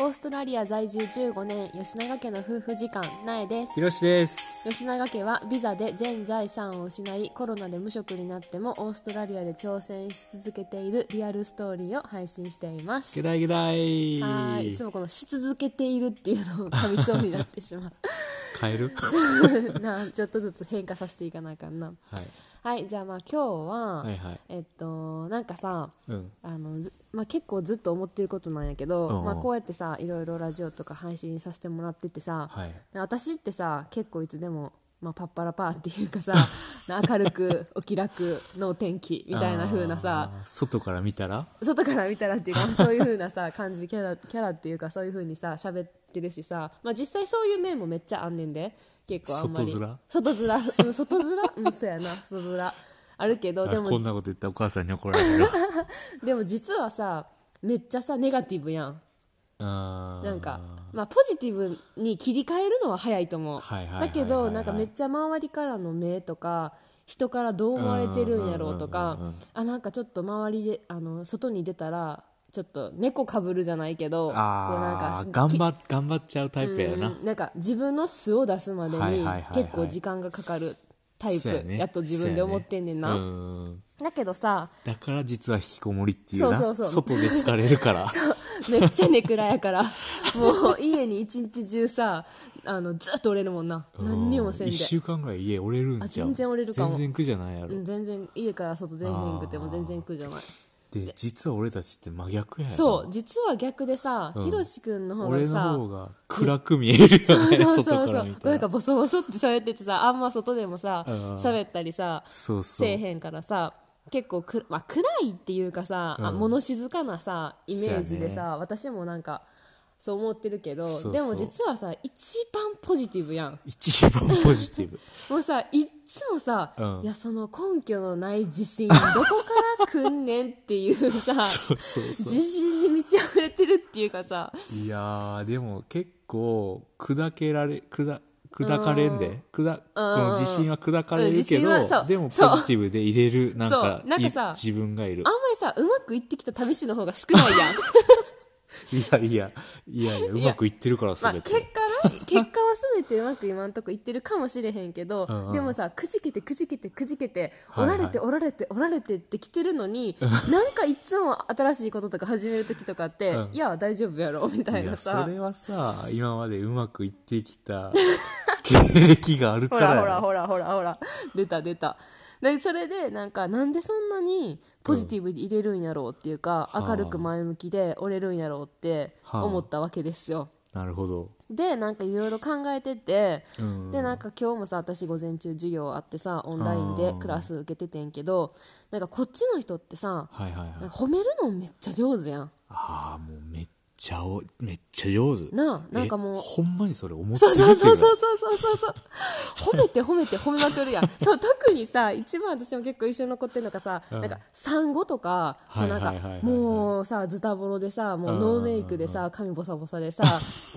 オーストラリア在住15年吉永家の夫婦時間苗ですひろしです。吉永家はビザで全財産を失いコロナで無職になってもオーストラリアで挑戦し続けているリアルストーリーを配信していますゲダイゲダイ。はいいつもこの「し続けている」っていうのを噛みそうになってしま カエル。うなあちょっとずつ変化させていかなあかんなはい。はいじゃあまあ今日は、はいはいえっとなんかさうん。あのずまあ、結構ずっと思ってることなんやけど、うんうんまあ、こうやってさいろいろラジオとか配信させてもらっててさ、はい私ってさ結構いつでも、まあ、パッパラパーっていう かさな明るくお気楽の天気みたいな風なさあー。外から見たら。外から見たらっていうか そういう風なさ感じキャラキャラっていうかそういう風にさ喋ってるしさ、まあ、実際そういう面もめっちゃあんねんで結構あんまり外外面面うん外面うんそうやな外面あるけどあでもこんなこと言ったらお母さんに怒 られる。でも実はさめっちゃさネガティブやんあーなんか。まあ、ポジティブに切り替えるのは早いと思う、はいはいはいはいはいだけどなんかめっちゃ周りからの目とか人からどう思われてるんやろうとうんうんうんかあなんかちょっと周りであの外に出たらちょっと猫かぶるじゃないけどこうなんあかあ、頑張っ、頑張っちゃうタイプやうな。んなんか自分の素を出すまではいにはいはいはい結構時間がかかるタイプそうやねやと自分で思ってんねんな、そうやねうんだけどさだから実は引きこもりっていうな。そうそうそう外で疲れる から。めっちゃネクラや からもう家に一日中さあのずっと折れるもんな何にもせんうで一週間ぐらい家折れるんじゃあん。全然折れるかも全然苦じゃないやうろ。ん全然家から外出へんくてもあー全然苦じゃないで、実は俺たちって真逆やろ。そう実は逆でさ、ひろしくんの方が俺さの方が暗く見えるよそうそうね、外そうかそらう見た。なんからボソボソって喋っててさあんま外でもさうん喋ったりさそうそうせえへんからさ結構く、まあ、暗いっていうかさ、あうん物静かなさイメージでそさ、私もなんかそう思ってるけどそうそうでも実はさ一番ポジティブやん一番ポジティ ブ。もうさいっつもさ、うんいやその根拠のない自信どこからくんねんっていうさ そうそうそう。自信に満ち溢れてるっていうかさいやー、でも結構、砕けられ、砕、砕かれんで、砕、この自信は砕かれるけうん自信はそど、うでもポそうジティブで入れる、なんかそうなんかいさ自分がいるあん。まりさうまくいってきた試しの方が少ない やんいやいや、いやいや、うまくいってるかまら、あすべ結て。果な結果は全てうまく今んとこいってるかもしれへんけど、うんうんでもさくじけてくじけてくじけては折いはらいれて折られて折られてってきてるの に、なんかいつも新しいこととか始める時とかって、うんいや大丈夫やろみたいいなや、さそれはさ、今までうまくいってきた経歴があるほかららやほらほらほらほら出た出たでそれでなんかなんでそんなにポジティブに入れるんやろうっていうか、うんはあ明るく前向きで折れるんやろうってはあ思ったわけですよ、なるほど。でなんかいろいろ考えてて、うんでなんか今日もさ私午前中授業あってさオンラインでクラス受けててんけどなんかこっちの人ってさはいはいなはんい。か褒めるのめっちゃ上手やんああ、もうめっちゃお、めっちゃ上手。なあなんかえもうほんまにそれ思っそてるうっていそうそううそうそうそうそうそう褒めて褒めて褒めまくるや んそう特にさ一番私も結構一緒に残ってるのがさ、うんなんか産後とか、はいはいはいはもうなんいかもうさズタボロでさもうノーメイクでさ髪ボサボサで さ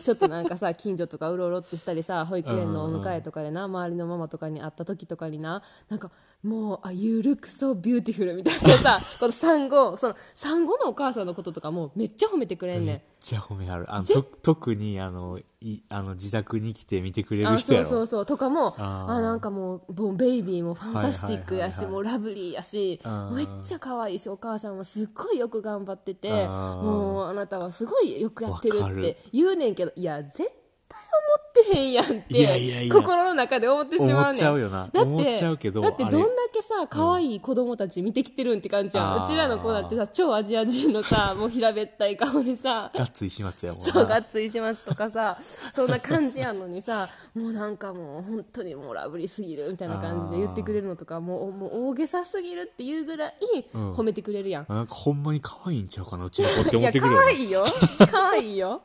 ちょっとなんかさ近所とかうろうろってしたりさ保育園のお迎えとかでな周りのママとかに会った時とかにななんかもう「あ You look so beautiful」みたいなさこの産後その産後のお母さんのこととかもうめっちゃ褒めてくれんねめんっ。ちゃ褒めはる。あの、と特に、あの、い、あの、自宅に来て見てくれるあ人そやうろ。そうそうとかもああーなんかもうもうベイビーもファンタスティックやし、はいはいもはうラブリーやしあーめっちゃ可愛いしお母さんもすっごいよく頑張っててあーもうあなたはすごいよくやってるわかっるて言うねんけどいや絶対思ってへんやんっていやいやいや心の中で思ってしまうねん思っちゃうよなだって思っちゃうけどだってあれどんだけさ可愛い子供たち見てきてるんって感じやんあーうちらの子だってさ超アジア人のさもう平べったい顔でさガッツ石松やもんな。そうがっつりしますとかさそんな感じやのにさもうなんかもう本当にもうラブリーすぎるみたいな感じで言ってくれるのとかもうもう大げさすぎるっていうぐらいん褒めてくれるやん。なんかほんまに可愛いんちゃうかな、うちの子ってい思っやてくる可よな。愛いよ可愛いよ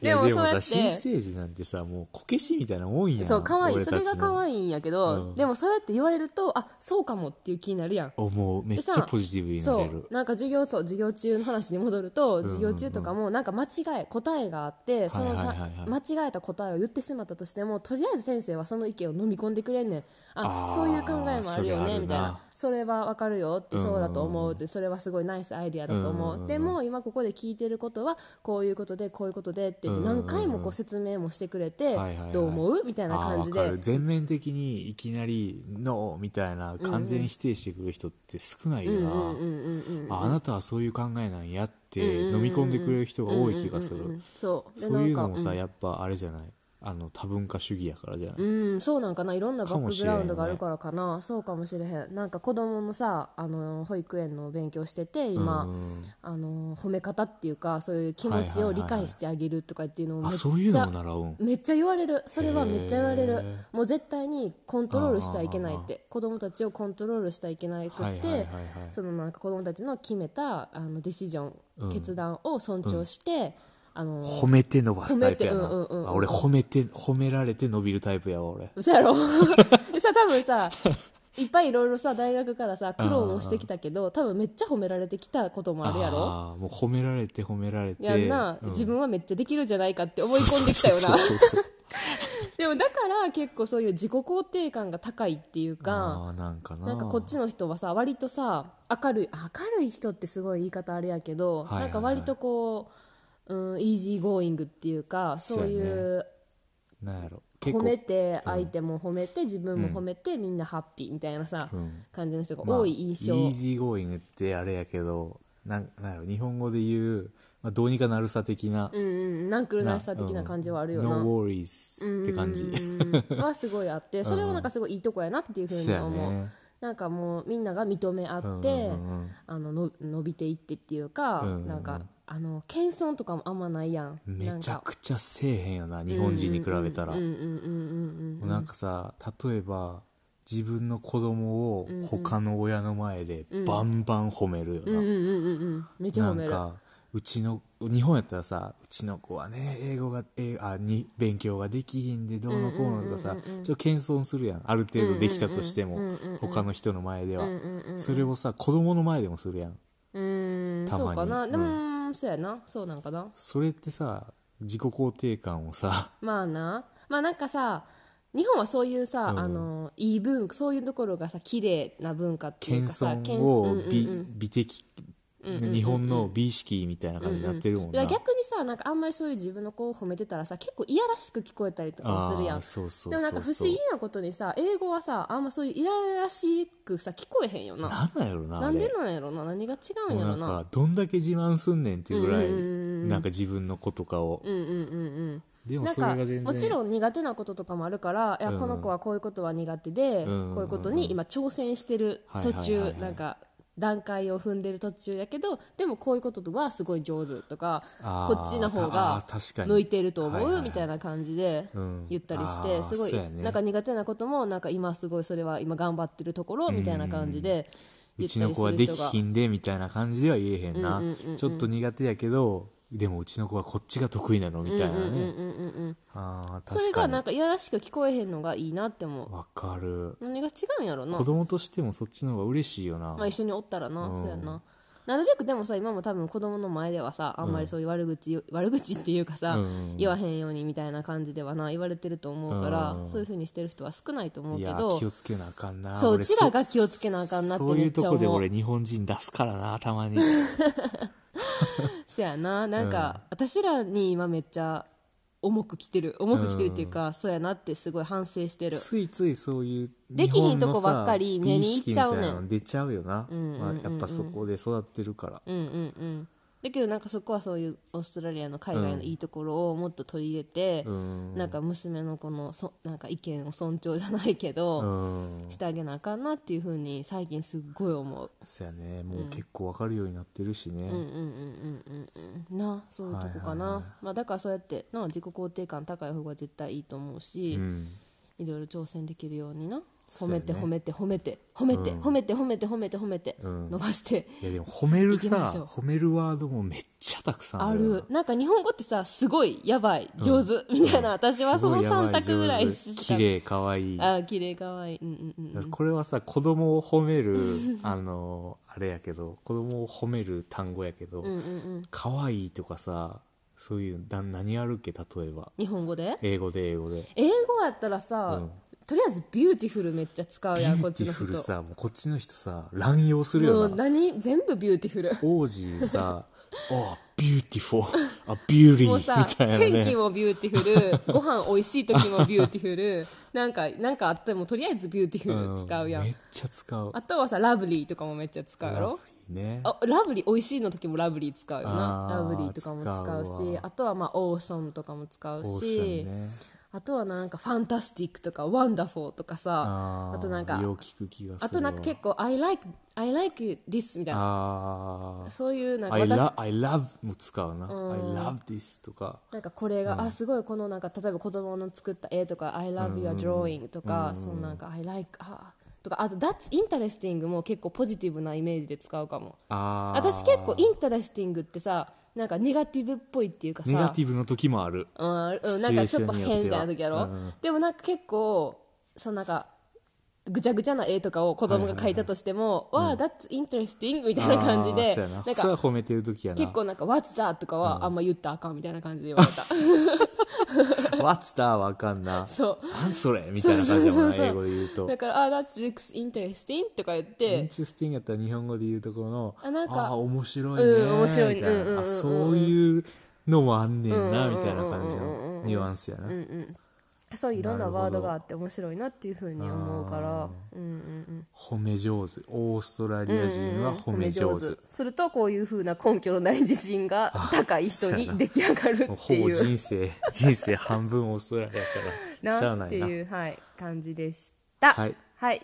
いでやもそうやってさ、新生児なんてさ、もうこけしみたいなの多いやん。そう可愛い俺そたちれのが可愛いんやけど、うんでもそうやって言われるとあそうかもっていう気になるやん思う。めっでちさゃポジティブになれるそ。うなんか授業そう授業中の話に戻ると授業中とかもなんか間違え答えがあってそのはいはたいはいはい間違えた答えを言ってしまったとしてもとりあえず先生はその意見を飲み込んでくれんねんああーそういう考えもあるよそれあるねなみたいなそれはわかるよってうんそうだと思うってそれはすごいナイスアイディアだとうんうんう思んうでも今ここで聞いてることはこういうことでこういうことでって言っうてんうんう何ん回もこう説明もしてくれてはいはいはいどう思うみたいなあ感ーじわかでる全面的にいきなり「NO」みたいな完全否定してくる人って少ないようんな、うんうんああなたはそういう考えなんやって飲み込んでくれる人が多い気がする、うんそうでそういうのもなんかさ、やっぱあれじゃないあの多文化主義やからじゃない、うん、そうなんかないろんなバックグラウンドがあかもしれんよねるからかなそうかもしれへんなんか子供のさあの保育園の勉強してて今、うんあの褒め方っていうかそういう気持ちを理解してあげるとかっていうのをめっあちゃそういうのを習うんめっちゃ言われるそれはめっちゃ言われへるーもう絶対にコントロールしてはいけないって子供たちをコントロールしてはいけないくって、はいはいはいはいそのなんか子供たちの決めたあのディシジョン、うん決断を尊重して、あの褒めて伸ばすタイプやな、褒めてうんうんうんあ俺褒めて褒められて伸びるタイプやわ俺嘘や ろでさ多分さいっぱいいろいろさ大学からさ苦労もしてきたけど多分めっちゃ褒められてきたこともあるやろあーもう褒められて褒められてやんな、うん自分はめっちゃできるんじゃないかって思い込んできたよそうなそうそうそう でもだから結構そういう自己肯定感が高いっていうかあーなんかななんかこっちの人はさ割とさ明るいあ明るい人ってすごい言い方あれやけど、いはいはいなんか割とこう、うん、イージーゴーイングっていうかそういそううなんやろ結褒構めて相手も褒めて自分も褒めてみんなハッピーみたいなさ、ん感じの人がまあ多い印象、イージーゴーイングってあれやけどなんなんやろ日本語で言う、まあ、どうにかなるさ的な、うんうんナンクルナイスさ的な感じはあるよな、うん No worries って感じ、うんはすごいあ ってそれはなんかすごいいいとこやなっていうふうそうにや思う、ねなんかもうみんなが認め合って、うんうんうんあのの伸びていってっていうか、うんうんうんなんかあの謙遜とかもあんまないやんめちゃちくちゃせえへんよな日本人に比べたら、うんうんうんもうなんかさ例えば自分の子供を他の親の前でバンバン褒めるよな、うんうんうんうんうんうんめっちゃな褒めんるかうちの日本やったらさうちの子はね英語がえあに勉強ができひんでどうのこうのとかさちょっと謙遜するやんある程度できたとしても他の人の前ではそれをさ子供の前でもするやんうーんたまにそうかなでも、うそうやなそうなんかなそれってさ自己肯定感をさまあなまあなんかさ日本はそういうさ、うんあのいい文そういうところがさ綺麗な文化っていうか謙さ遜謙を遜美,、美的日本の美意識みたいな感じになってるもんいやな逆にさなんかあんまりそういう自分の子を褒めてたらさ結構いやらしく聞こえたりとかもするやあーんそうそうでそうもなそうんか不思議なことにさ英語はさあんまそういういやらしくさ聞こえへんよななんなんやろなあれなんでなんやろな何が違うんやもろうなんなかどんだけ自慢すんねんっていうぐらい、うんうんなんか自分の子とかを、うんうんうんでうんもなんそれかが全然もちろん苦手なこととかもあるからいやうんこの子はこういうことは苦手で、うんうんうんこういうことに今挑戦してる途中、はいはいはいはいなんか段階を踏んでる途中やけどでもこういうことはすごい上手とかあーこっちの方あがー確かに向いてると思う、はいはいはいみたいな感じでうん言ったりしあて、ーすごい、そうやねなんか苦手なこともなんか今すごいそれは今頑張ってるところみたいな感じでう言っちたのりす子はるで人きが。ひんでみたいな感じでは言えへんな、うんうんちょっと苦手やけどでもうちの子はこっちが得意なのみたいなね、うんうんうんうんうんあーそれが確かになんかいやらしく聞こえへんのがいいなって思うわかる何が違うんやろな子供としてもそっちの方が嬉しいよな、まあ、一緒におったらな、うんそうやななるべくでもさ今も多分子供の前ではさあんまりそういう悪口、 悪口っていうかさ、うん言わへんようにみたいな感じではな言われてると思うから、うんそういうふうにしてる人は少ないと思ういけやど気をつけなあかんなそう俺うちらが気をつけなあかんなってそうめいっうちゃと思うこで俺日本人出すからなたまにそやななんか、私らに今めっちゃ重く来てる重く来てるっていうか、そうやなってすごい反省してるついついそういうできひんとこばっかり日本のさ目にいっちゃうねん美意識みたいなの出ちゃうよな、んうんうんうんまあ、やっぱそこで育ってるからうんうんうんだけどなんかそこはそういうオーストラリアの海外のいいところをもっと取り入れて、うんなんか娘のこのそなんか意見を尊重じゃないけど、うんしてあげなあかんなっていうふうに最近すっごい思うそやねもう結構わかるようになってるしね、うんうんうんうんうんうんなそういうとこかな、はいはいまあ、だからそうやってな自己肯定感高い方が絶対いいと思うし、うんいろいろ挑戦できるようになそ褒うめやねて褒めて褒めて褒めてうん褒めて褒めて褒めて褒めてうん伸ばしていやでも褒める行きましょさう褒めるワードもめっちゃたくさんああるよなるなんか日本語ってさすごいやばい上手みたいな私はすそごのいやばい3択ぐらいしか上手綺麗可愛いあー綺麗かわいいうんうんうんこれはさ子供を褒 めるあのあれやけど子供を褒める単語やけどうんうんうん可愛いとかさそういうな何あるっけ例えば日本語で英語で英語で英語やったらさ、うんとりあえずビューティフルめっちゃ使うビやュんこっーテちィのフ人ルさ、もうこっちの人さ、乱用するもような。何全部ビューティフル王子さ、 あ、ビューティフォー、あ、ビューリもうーさみ、たいな天気ね。もビューテ ィフルご飯美味しい時もビューティフルなんかなんかあってもとりあえずビューティフル使うやん、めっちゃ使う。あとはさラブリーとかもめっちゃ使うやろいいね。あラブリー美味しいの時もラブリー使うよなあーラブリーとかも使うし使うわあとはまあオーソンとかも使うオーし、シャンね。あとはなんかファンタスティックとかワンダフォーとかさああーとなんかよう聞く気がするわ。あとなんか結構「I like, I like this」みたいなあーそういうなんか I 私 love, I love も使うな。I love this とか。なんかこれが、あすごいこのなんか例えば子供の作った絵とか「I love your drawing」とか、そのなんか「I like」あーとかあと「That's interesting」も結構ポジティブなイメージで使うかもあー私結構インタレスティングってさなんかネガティブっぽいっていうかさネガティブの時もある。うんうん、なんかちょっと変みたいな時やろ、シチュエーションによってはうんうんでもなんか結構そのなんかぐちゃぐちゃな絵とかを子供が描いたとしても「わあ、that's interesting」みたいな感じあーでそうやななんそれはか褒めてる時やな。結構なんか「what's that」とかはあんま言ったらあかんみたいな感じで言われ た、 What's that? わかんな。そうなんそれみたいな感じだもんな、英語で言うとだ。から「あ that looks interesting」とか言っインてチュスティングやったら日本語で言うところの、あなんかあー面白いねうん面白いみたいうんうんうんうんな。あ、そういうのもあんねんな、みたいな感じのニュアンスやな。そういろんななるほどワードがあって面白いなっていうふうに思うから、褒め上手。オーストラリア人は褒め上手。するとこういうふうな根拠のない自信が高い人に出来上がるもうってほいぼう人生、人生半分オーストラリアやから、しゃなあなっていな。いう、はい、感じでした。はい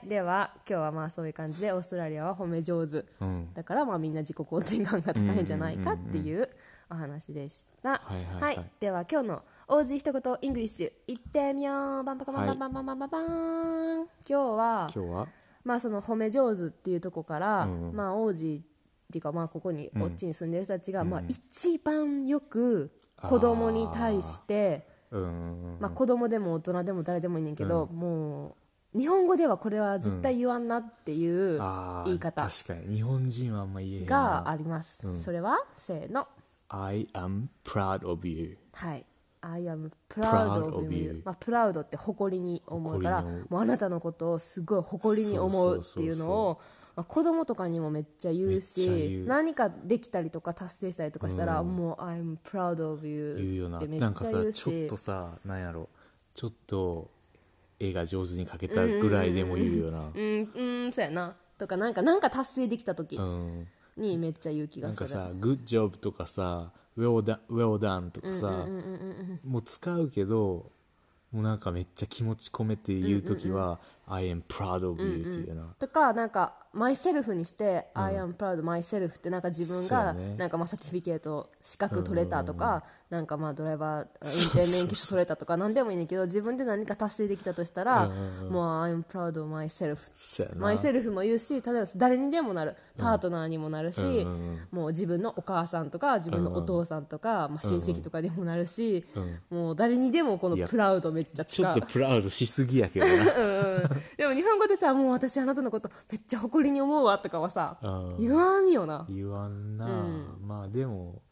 では今日はまあそういう感じでオーストラリアは褒め上手、んだからまあみんな自己肯定感が高いんじゃないかっていうお話でした。はいはいはいでは今日の王子一言イングリッシュいってみようバンパカバンはバいンバンバンバンバンバン今日は今日はまあその褒め上手っていうとこから、まあ王子っていうかまあここにこっちに住んでる人たちが、まあ一番よく子供に対して、うーん。まあ、子供でも大人でも誰でもいいねんけど、もう日本語ではこれは絶対言わんなっていうああ、言い方確かに。日本人はあんま言えへんな。があります、それはせーの I am proud of you. はい「I am proud of Proud of you you」まあ「proud」って誇りに思うから誇りに思もうあなたのことをすごい誇りに思うっていうのをまあ子供とかにもめっちゃ言うしめっちゃ言う何かできたりとか達成したりとかしたら、もう「I'm proud of 言う you」よっなてめっなんかちゃさ言うちょっしとさなんやろちょっと絵が上手に描けたぐらいでも言うよなうんうんそうやなとかなんかなんか達成できた時うんにめっちゃ言う気ながんすかるさ「good job」とかさ「well done, well done」とかさもう使うけどもうなんかめっちゃ気持ち込めて言う時は「I am proud of you」っていうよなとかなんか「マイセルフ」にして「I am proud myself」ってなんか自分がそうやねなんかまあサーティフィケート資格取れたとかなんかまあドライバー運転免許証取れたとか何でもいいねんだけど自分で何か達成できたとしたら「もう I am proud of myself」そうやなマイセルフも言うし例えば誰にでもなるパートナーにもなるし、もう自分のお母さんとか自分のお父さんとか、まあ、親戚とかにもなるし、もう誰にでもこのいやプラウドめっちゃちょ使っうとプラウドしすぎやけ どなでも日本語でさ「もう私あなたのことめっちゃ誇りに思うわ」とかはさん言わんよな言わんなまあでも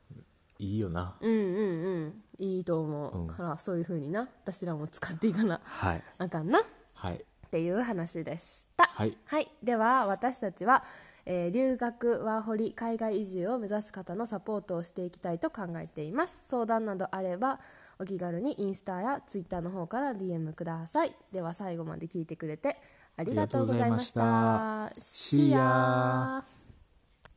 いいよなうんうんうんいいと思うから、そういうふうにな私らも使っていかなはいあかんなっはいていう話でしたはいでは私たちは、えー留学ワーホリ海外移住を目指す方のサポートをしていきたいと考えています相談などあればお気軽にインスタやツイッターの方から DM くださいでは最後まで聞いてくれてありがとうございましたありがとうございました See ya